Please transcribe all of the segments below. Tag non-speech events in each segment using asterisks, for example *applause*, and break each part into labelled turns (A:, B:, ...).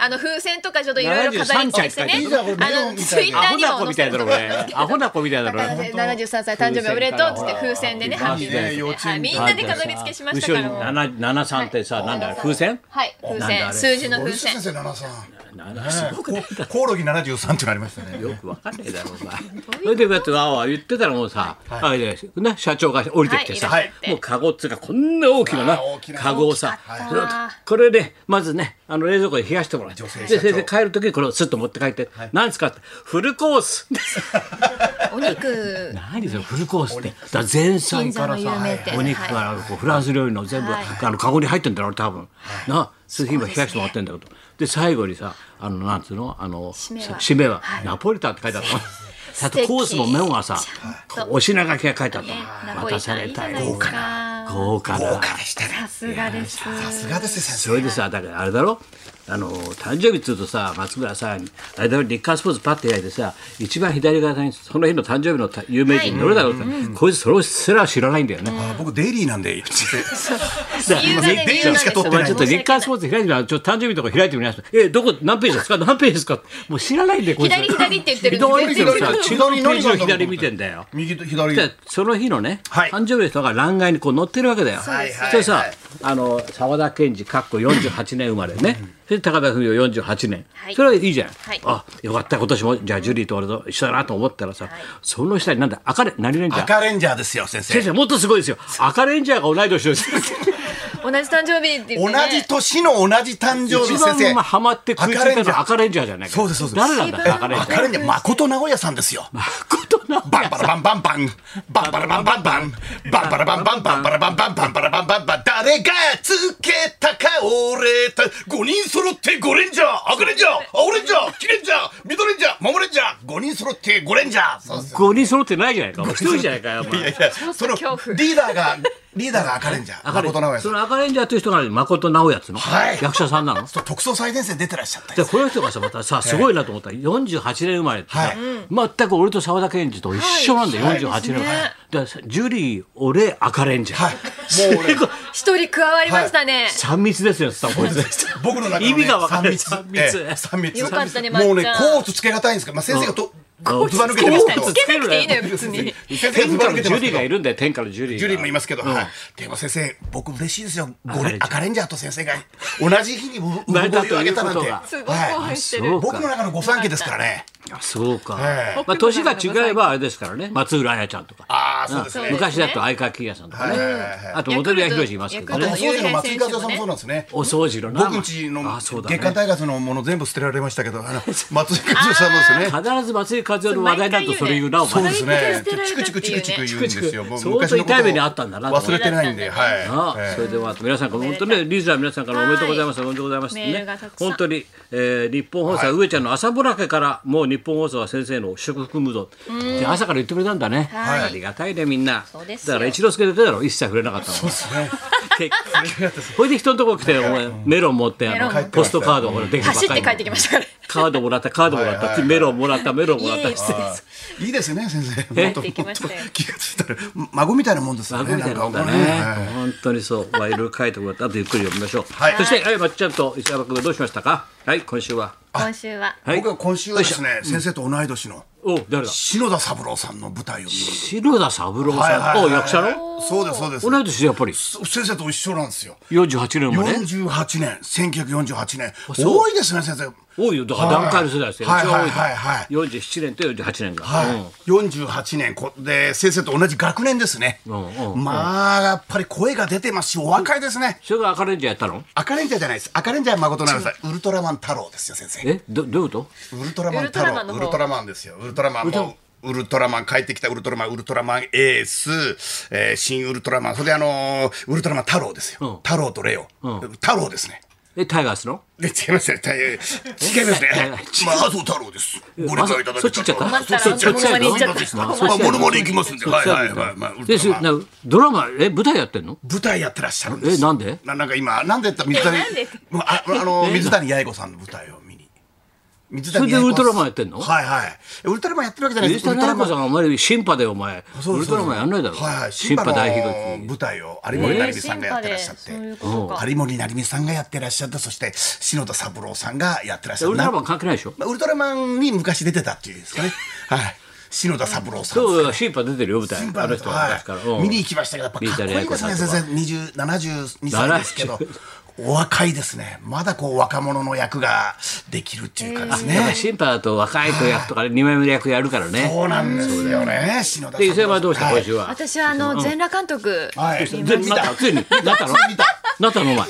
A: あの風船とかちょっといろいろ飾り付けしてね
B: 73歳って書いてある
A: あのツイッタ
B: ア
A: ー
B: ホ
A: に
B: な
A: も
B: 子
A: 載
B: み
A: せ
B: たい
A: ると
B: だろ
A: 思うん
B: 俺
A: ですけど
B: アホな子みたいだろ
A: 高
B: 俺
A: 瀬73歳誕生日おめでとうっつって風船でねハッピー
B: ね
A: ね
B: 幼稚園
A: はいみんなで飾り付けしました
B: 後
A: か
B: ろ
A: ら
B: に
A: もう
B: 七七三ってさなんだ風船
A: はい風
B: なんだあ
A: 船数
B: れ
A: 字の風
C: 森下
A: 船
C: 先生奈々さん
B: 七 *laughs* すごくないか
C: コオロギ73ってなりましたね
B: よくわかんないだろお前それでこうやってわーわー言ってたらもうさあれでね社長が降りてきてさ
A: はいいらっしゃって
B: もうカゴっつうかこんな大きなな
C: あー大きな
B: カゴをさ
A: 大きかった
B: ずっとこれでまずねあの冷蔵庫で冷やしてもらってで
C: 女性社長
B: 先生帰る時にこれをスッと持って帰って何ですかってフルコース
A: お肉
B: 何それフルコースってだから前菜
A: 銀
B: か
A: 座
B: ら
A: の有
B: さ
A: 名店
B: お肉
A: は
B: からこうフランス料理の全部
A: はい
B: あのカゴに入ってんだろ多分なそれで今冷やしてもらってんだけどで最後にさあのなんつうのあの
A: 締めは
B: 締めは
A: はい
B: ナポリタンって書いてあったの
A: 素
B: あ
A: 敵
B: とコースもメモがさ
A: ちゃんと
B: お品書きが書いてあった
A: ねナ
B: の
A: ポリ
B: 渡さ
A: タンいい
B: れ
A: じゃ
B: た
A: ないで
B: よ
A: す
B: 豪華な
A: か
B: 豪華な
A: さすがです
C: さすがですね先生
B: それでさだからあれだろあの誕生日っつうとさ松村さんあれだろ日刊スポーツパッて開いてさ一番左側にその日の誕生日のた有名人どれだろうって、こいつそれすら知らないんだよね、
C: あ僕デイリーなんで
B: だから
A: 優雅で
C: ね優雅しか撮って
B: お
C: ない
B: 前ちょっと日刊スポーツ開いてみなちょっと誕生日とか開いてみなさいえどこ何ページですか何ページですかもう知らないんだよこいつ
A: 左左って言ってるの
B: 左って言ってる
C: 左
B: 違うページを
C: 左
B: 左見てんだよ
C: 右と左
B: でその日のね、
C: はい
B: 誕生日の人が欄外にこう載ってるわけだよ。そ
C: はいはい
B: れさあの沢田研二かっこ48年生まれねそれで高田文夫48年、
A: はい
B: それはいいじゃん、
A: はい
B: あよかった今年もじゃあジュリーと俺と一緒だなと思ったらさ、その下になんだ赤レ何レンジャー
C: 赤レンジャーですよ先生
B: 先生もっとすごいですよ赤レンジャーが同い年ですよ
A: 同じ誕生日って言
C: 同
A: ってね
C: じ年の同じ誕生日
B: 一
C: 先
B: 番
C: 生
B: まあハマって食いついたのは
C: 赤
B: 赤レンジャーじゃないか
C: そうですそうで
B: 誰
C: す
B: なんだ赤レンジャー
C: レンジャー誠直哉さんですよ
B: ことな
C: バンバラバンバンバンバンバラバンバンバンバンバラバンバンバンバラバンバンバンバラバンバンバン誰がつけたか俺た5人揃って5レンジャー赤レンジャー青レンジャー黄レンジャー緑レンジャー桃レンジャー5人揃って5レンジャーそうです
B: 5人揃ってないじゃないかお前一人じゃないかよお前
C: いやいやそのリ
A: 恐怖
C: ーダーがリーダーが赤レンジャー
B: 赤レン
C: 誠直哉さ
B: そ
C: ん
B: の赤レンジャーという人が誠直哉っつうの、
C: はい
B: 役者さんなの
C: 特捜最前線出てらっしゃった
B: でこの人がさまたさすごいなと思ったら48年生まれってさ、
C: はい
B: 全く俺と沢田研二と一緒なんだよ、
C: はい
B: 48年、
A: はい
B: だからさジュリー俺赤レンジャー、
C: はいもう俺
A: 一人加わりましたね
B: 三密ですよさこいつ
C: 僕の中の、ね、
B: 意味が分かんない
C: 三
B: 三
C: 密
B: 密
C: ええ三密
A: よかったね
C: も
A: まっ
C: うね
A: ちゃん
C: コーツつけがたいんですけど、まあ、先生がとコーツば抜けてますけど
B: コーツ
A: つけなくていいのよ別に
C: 先生が
B: 天
C: ずば
B: 下
C: 抜
B: の
C: けて
B: ジ
C: ま
B: ュリ
C: すけ
B: ーがい
C: ど
B: るんだよ天下のジュリー
C: ジュリーもいますけど、
B: うん
C: はい、でも先生僕嬉しいですよ
B: 赤
C: ゴ
B: レンジャ
C: レ
B: ー
C: 赤レンジャーと先生が同じ日に産産声を上げたなんて
B: だと
A: すごい応援してる、
B: はいあそう
C: 僕の中のご三家ですからね
B: あそうか、
C: ええ
B: まあ、年が違えばあれですからね松浦彩ちゃんとか
C: ああそうです
A: そう
C: ね
B: 昔だと相川欽也さんとかね、
C: はいはいはい
B: あと本宮宏いますけど
C: あとお
A: ヤ
B: ね
A: クル
C: 掃除の松井和夫さんもそうなんですね
B: お掃除のな
C: 僕んちの
B: あそうだね
C: 月刊大河のもの全部捨てられましたけど
B: *laughs*
C: あの松井和夫さんもですね
B: 必ず松井和夫の話題になるとそれ言うなお
C: そう
B: 前
C: ですね
A: 毎回捨てられたっていうね
C: チクチクチクチク言うんですよ。もう
B: 相当
C: 昔のこと
B: 痛い目にあったんだな
C: 忘れてないんで、
A: そうだったんだ
C: はい。
B: ああ
C: ええ
B: それでは皆さんから本当にねリーザー皆さんからおめでとうございますおめでとうございますっ
A: メ
B: て
A: ール
B: ね
A: がたくさん
B: 本当に、えー日本放送は上ちゃんの朝ぼらけからもう日本放送は先生の祝福ムードで朝から言ってくれたんだね
A: はい
B: ありがたいねみんな
A: そうです
B: だ
A: よ
B: から一之輔だけだろ一切触れなかったの
C: そうですね。
B: 結局それで人のとこ来てお前メロン持ってあ
A: メロン持っ
B: の
A: て
B: ポストカードをほらできたばっ
A: 走っ
B: か
A: て
B: り
A: 帰っ
B: の
A: てきましたから
B: カードもらったカードもらったってメロンもらったメロンもらっ
A: いえいえ
B: た
C: いいですね、先
B: *laughs*
C: 生。
B: え
C: もっと
A: で
C: もっ
A: きまし
C: と
A: たよ
C: 気がついたら孫みたいなもんですよ
B: 孫
C: ね。
B: みたいなもんだね
C: なんかこう。
B: 本当にそう。まあいろいろ書いてもらって、あとゆっくり読みましょう。
C: はい
B: そして、はい、まっちゃんと石山君はどうしましたか。はい、今週は。
A: 今週は
B: はい。
C: 僕は今週はですね、先生と同い年の
B: お、誰だ。
C: 篠田三郎さんの舞台を見る。
B: 白田三郎
C: はい
B: さん。お、役者
C: はい
B: の。
C: そうですそうです。
B: 同い年でやっぱり。
C: 先生と一緒なんですよ。
B: 四十八年生まれ。
C: 48年、1948年。
B: そう
C: 多いですね、先生。
B: 多いよ。だから段階の世代ですよ。
C: はい
B: 一番多
C: はいはいはい
B: 四十七年と四十八年が。
C: はい、48年こで先生と同じ学年ですね、
B: んうんう
C: まあやっぱり声が出てますしお若いですね
B: それが赤レンジャーやったの。
C: 赤レンジャーじゃないです赤レンジャーは誠なのさんウルトラマン太郎ですよ先生
B: え、ど、どういうこ
C: ウルトラマン太
A: ウルトラマンの
C: 郎
A: 方
C: ウルトラマンですよウルトラマンもウルトラマン帰ってきたウルトラマンウルトラマンエース、えー、新ウルトラマンそれであのーウルトラマン太郎ですよ、
B: うん
C: 太郎とレオ、太郎ですね
B: と。え、タイガースの。
C: で違いますね。大変違いますね。麻生太郎です。ご理解いただけ
B: そっち行っちゃった
A: 困ったら
C: そっち行っちゃった
A: モノマネ行っちゃった
C: まあモノマネ行きますんで。はいはいはいまあ。
B: で、す、
C: まあ
B: な、ドラマ、え、舞台やってんの。
C: 舞台やってらっしゃるんで
B: え、
C: す。
B: なんで。
C: ななんか今なんでって水谷
A: なんでって
C: もうああの水谷八重子さんの舞台を見に。水
B: それ
C: 谷
B: で
C: 彩子
B: ウルトラマンやってんの
C: はいはいウルトラマンやってるわけじゃないで
B: 水
C: すウル
B: 谷
C: ト
B: 彩
C: ラマ
B: 子
C: ン
B: さんあんまりシンパでお前ウルトラマンやんないだろ
C: はいはい、
B: シンパ大ヒ
C: シンパの
B: ッ
C: 舞台を有森成美さんがやってらっしゃって、
A: そういうことか。
C: 有森成美さんがやってらっしゃってそして篠田三郎さんがやってらっしゃ
B: ト
C: っ
B: ウ
C: て
B: ルトラマン関係ないでしょ
C: まあウルトラマンに昔出てたっていうんですかねはい篠田三郎さんです
B: そ
C: か
B: うだシンパ出てるよ舞台
C: シン
B: あ
C: パ
B: の
C: の
B: 人
C: 人
B: は確か
C: は
B: ら
C: い、
B: うん
C: 見に行きましたけどやっぱかっこいいですね
B: 水
C: 先
B: 谷
C: 生20 72歳ですけど
B: 70
C: お若いですねまだこう若者の役ができるっていうかです
B: だから
C: ね、
B: シンパだと若い子役とか2枚目の役やるからね
C: そうなんですよね篠田
B: で伊勢
C: 三
B: 山
C: 郎
B: はどうした今週は
A: 私はあの全裸監督。
C: はい
A: 見ま
B: で
A: し
C: 見
B: な
A: た
B: ったついになったのなったのお前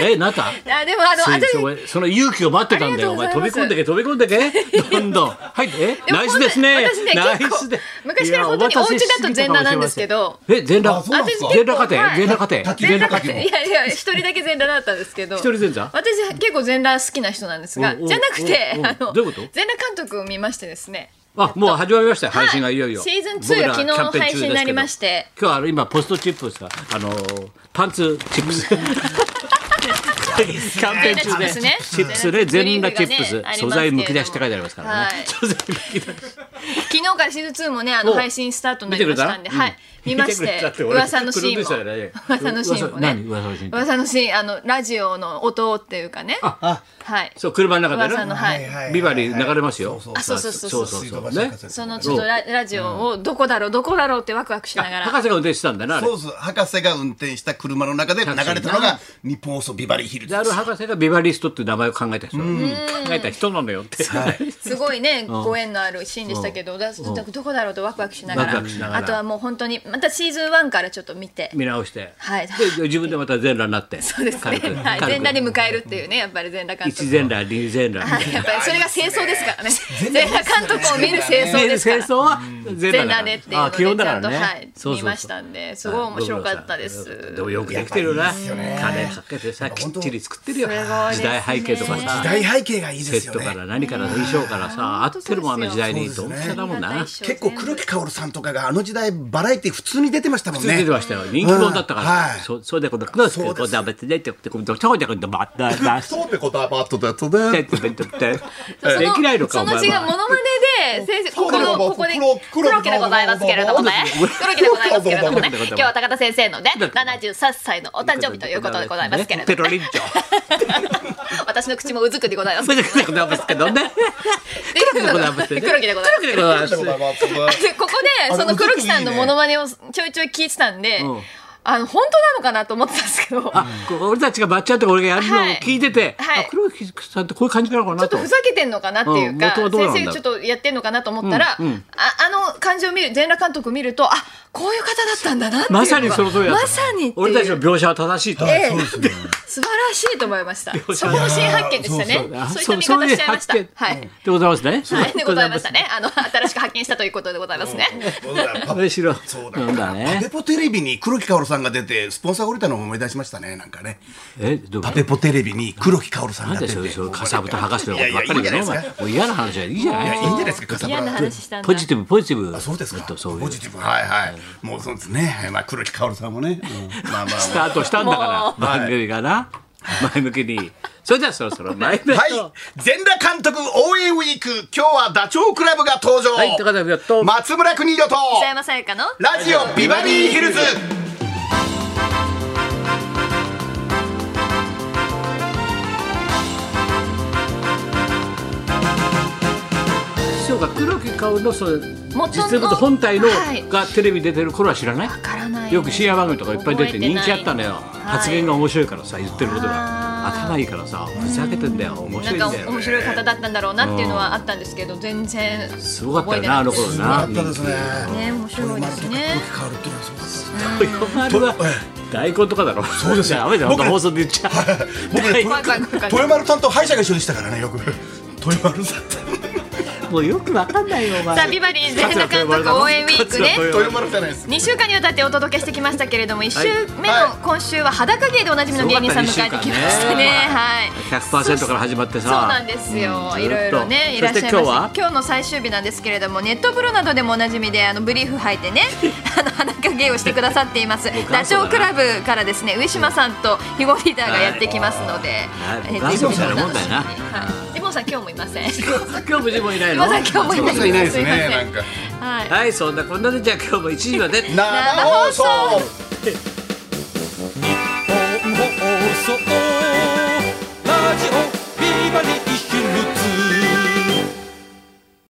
B: えなった
A: あでもあの
B: つい
A: 私
B: にそのその勇気を待ってたんだよお前
A: あり
B: 飛び
A: がと
B: 込
A: うんご
B: で
A: ざ
B: け飛び込んでけどんどんはいえ
A: でも
B: ナイスですね
A: 私ね
B: ナイ
A: 結構
B: スで
A: 昔から本当に
B: いやお待たせしすぎたかもしれま
A: お家だと全裸
B: せ
A: なんですけど
B: え全
C: あ
B: 裸
C: そうなんですか
B: 全裸家庭
A: 私
B: 全
A: 結構
B: 裸家庭
C: はい
A: 全
B: 全裸
A: 裸監督
B: 家庭
A: いやいや一人だけ全裸だったんですけど。一
B: 人全裸
A: 私結構全裸好きな人なんですが
B: おうおう
A: じゃなくて
B: おうおう
A: あの
B: どういうこと
A: 全裸監督を見ましてですね。
B: あもう始まりましたよ配信がいよいよ
A: シーズン2
B: 僕ら
A: が昨日
B: キャンペーン中
A: 配信になりまして
B: ですけど今日はあの今ポストチップですかあのーパンツチップス *laughs* キャンペーン中で
A: チップスね
B: チップスで全裸チッ
A: ク
B: プ
A: リーム
B: ス
A: がねありますけれど
B: 素
A: も
B: 材むき出しって書いてありますから
A: は
B: ね
A: い
B: 素材むき出し
A: 昨日からシーズン2もねあの
B: お
A: 配信スタートになりましたんで、
B: 見てくれた
A: はい、見まし
B: 見てくれたってて俺
A: 噂のシーン
B: プロデュー
A: も
B: サーだ
A: 噂
B: ね
A: のシーンもね
B: 噂何噂のシーンって
A: 噂のシーンあのラジオの音っていうかね
B: あ
A: はい
B: そう車の中で
A: 噂の
B: ね
A: はい、
B: ビバリー流れますよ
C: そう
A: あそうそうそう
B: そ
A: そうう
B: そうそう
C: 水道橋
B: ね
C: 博士
A: そのちょっとララジオをどこだろうどこだろうってワクワクしながら
B: 博士が運転してたんだなあれ
C: そうそう博士が運転した車の中で流れたのが日本放送ビバリーヒルズ
B: である博士がビバリストっていう名前を考えた人考えた人なのよって
A: すごいねご縁のあるシーンでしたけどだだどこだろうとワクワクしなが
B: ワク
A: ら
B: ワクしながら
A: あとはもう本当にまたシーズン1からちょっと見て
B: *laughs* 見直して
A: はい
B: で自分でまた全裸になって
A: そうですね
B: 軽く
A: *laughs* はい
B: 軽
A: 全
B: く
A: 裸で迎えるっていうねやっぱり全裸監
B: 一
A: 督
B: 全裸二全裸
A: はい *laughs* やっぱりそれが清掃ですからね全裸監督を見る清掃
B: ね
A: ですか
B: 戦
A: ら
B: 争は全
A: 全
B: だ
A: 裸
B: ね
A: でっていうの
B: あ基本
A: で
B: だ
A: ち
B: か
A: ゃ
B: ら
A: んと、
B: ね
A: はい、
B: そうそう
A: 見
B: そう
A: ましたんですごい面白かったです。
B: ご苦労さんでもよくできてるな
C: やっぱいいですよね
B: 金かけてさきっちり作ってるよ
A: すごいです
B: 時
A: ね
B: 代背景とか
C: 時
B: さ
C: 代背景がいいで
B: セ
C: す
B: ット
C: よ
B: から
C: ね
B: 何から衣装からさ
A: 本
B: 合
A: 当
B: ってるもん
A: そう
B: あの
A: です
B: 時
A: よ
B: 代に
C: そ
B: ドン
C: うで
B: ピシ
C: すね
B: ャだもんな普
C: 結構黒木薫さんとかがあの時代バラエティ普通に出てましたもん
B: 通に出
C: ね
B: てましたよ人気者だった
C: うん
B: か
C: は
B: ら
C: い
B: そそうでこのクロス
C: そうです
B: こんな別にねってこうどっちもでこんなバッタバッ
C: そうってことはバットだと
B: タ
C: ね
B: って言って
A: その
B: できないのかお
A: その
B: 前
A: 違う
B: は
A: モノマ *laughs* ネで先生
C: そ
A: ここ
C: うだよ
A: のここで
C: 黒黒
A: 黒木でございますけれどもね黒木でございますけれどもね今日は高田先生
B: *laughs*
A: のね73歳のお誕生日ということでございますけれど
B: ペ
A: も
B: ロ
A: ね
B: リンチョ
A: 私の口もうずくでございます
B: それでございますけどね
A: で黒木でございます黒木でございます
B: 黒木でございます
A: でここでその黒木さんのモノマネをちょいちょい聞いてたんで、
B: うん
A: あの本当なのかなと思ってたんですけど、
B: あ、こう俺たちがばっちゃんとか俺がやるのを聞いてて、
A: はい
B: あ黒木さんってこういう感じなのか
A: ちょ
B: な
A: っと
B: と。
A: ふざけてんのかなっていうか、
B: うん元はどうなんだ
A: 先生ちょっとやってんのかなと思ったら、
B: うんうん
A: ああの感じを見る全裸監督見るとあこういう方だったんだなっていうのが
B: まさにその通りだ
A: ま
B: と
A: さにっていう
B: 俺たちの描写は正しいと。
A: ええ素晴らしいと思いましたそこも新発見でしたねそう
B: あ
A: いった見方しちゃいました
B: そうう
A: は
B: 発
A: い
B: 見、でございますね。
A: はい、でございましたねあの新しく発見したということでございますね、
B: ございます。後ろ。
C: そう
B: なんだ
C: だパ
B: ね。
C: ペポテレビに黒木薫さんが出てスポンサーが降りたのを思い出しましたねなんかね
B: え、どう
C: パペポテレビに黒木薫さん
B: なん
C: が
B: で
C: 出
B: そういう
C: て
B: そうかさぶた剥がすよう
C: い
B: な
C: や
B: こ
C: い
B: とば
C: や
B: っ
C: い
B: かりだねお前。
C: いんじゃないですか
B: もう嫌な話はいいじゃ
C: い
B: な
C: やい
B: い。
C: いんじゃないですか笠
A: 嫌な
C: 原
A: 話したんで
B: ポジティブポジティブ。
C: そうですか
B: とそうい
C: ポ
B: う
C: ジティブはいはいもうそうですねまあ黒木薫さんもねうんまあま
B: スタ
C: あ
B: ートしたんだ
A: も
B: か
A: う
B: ら番組がな前向きに。それではそろそろ前向き
C: はい
B: の。
C: 全裸監督応援ウィーク今日はダチョウ倶楽部が登場
B: はい高田君やっと
C: 松村邦洋と
A: 北山さやかの
C: ラジオビバリーヒルズ
B: そうか黒木薫のその
A: の
B: 実物本体の
A: はい
B: がテレビ出てる頃は知らない
A: からない
B: よく深夜番組とかいっぱい出て人気あったのよ
A: 覚えてない
B: 発言が面白いからさ言ってることが
A: あー
B: 頭いいからさふざけてんだよ面
A: な
B: 白い
A: ん
B: んだ
A: か
B: よ
A: 面白い方だったんだろうなっていうのはあったんですけど全然
B: すごかったよなあの頃
A: 覚えて
B: な
C: すごかったですね
A: ないね面白いですね
C: 黒木薫っていうのはすごかったですね
B: 豊丸は大根とかだろそう
C: です
B: *laughs*
C: よ
B: ダメだよ
C: 僕ね
B: 放送で言っちゃ
C: 僕ね、
A: 怖い怖い怖い怖い
C: 豊丸さんと歯医者が一緒でしたからね、よく。豊丸さんと。
B: うもうよくわかんないよお前
A: さあビバリー全裸監督応援ウィークね
B: 勝つな
C: 豊丸じゃないです。
A: 2週間にわたってお届けしてきましたけれども1週目
C: は
A: の今週は裸芸でおなじみの芸人さん迎えてきましたねはい
B: 100%から始まってさ
A: そうなんですよ、
B: うん
A: いろいろねい
B: ずっ
A: らっ
B: と
A: しゃいました
B: そして今日は
A: 今日の最終日なんですけれどもネット風呂などでもおなじみであのブリーフ履いて
B: *laughs*
A: ねあの裸芸をしてくださっています
B: う元祖だな
A: ダチョウ倶楽部からですね上島さんとヒゴリーダーがやってきますので、
B: はい
A: えー
B: 元祖
A: ぜひお楽しみに
B: みたいなもんだよな
A: はいでもモさん今日もいま
B: *laughs*
A: せん。
B: 今日無事もいない
A: *laughs*
B: の
A: 今さん今日もい *laughs*
C: そうそういないです
A: すいませ
C: ね
A: ん
C: なんか
A: はい。
B: はいそんなこんなでじゃあ今日も1時まで
C: 生放送
D: 放送ラジオビバリー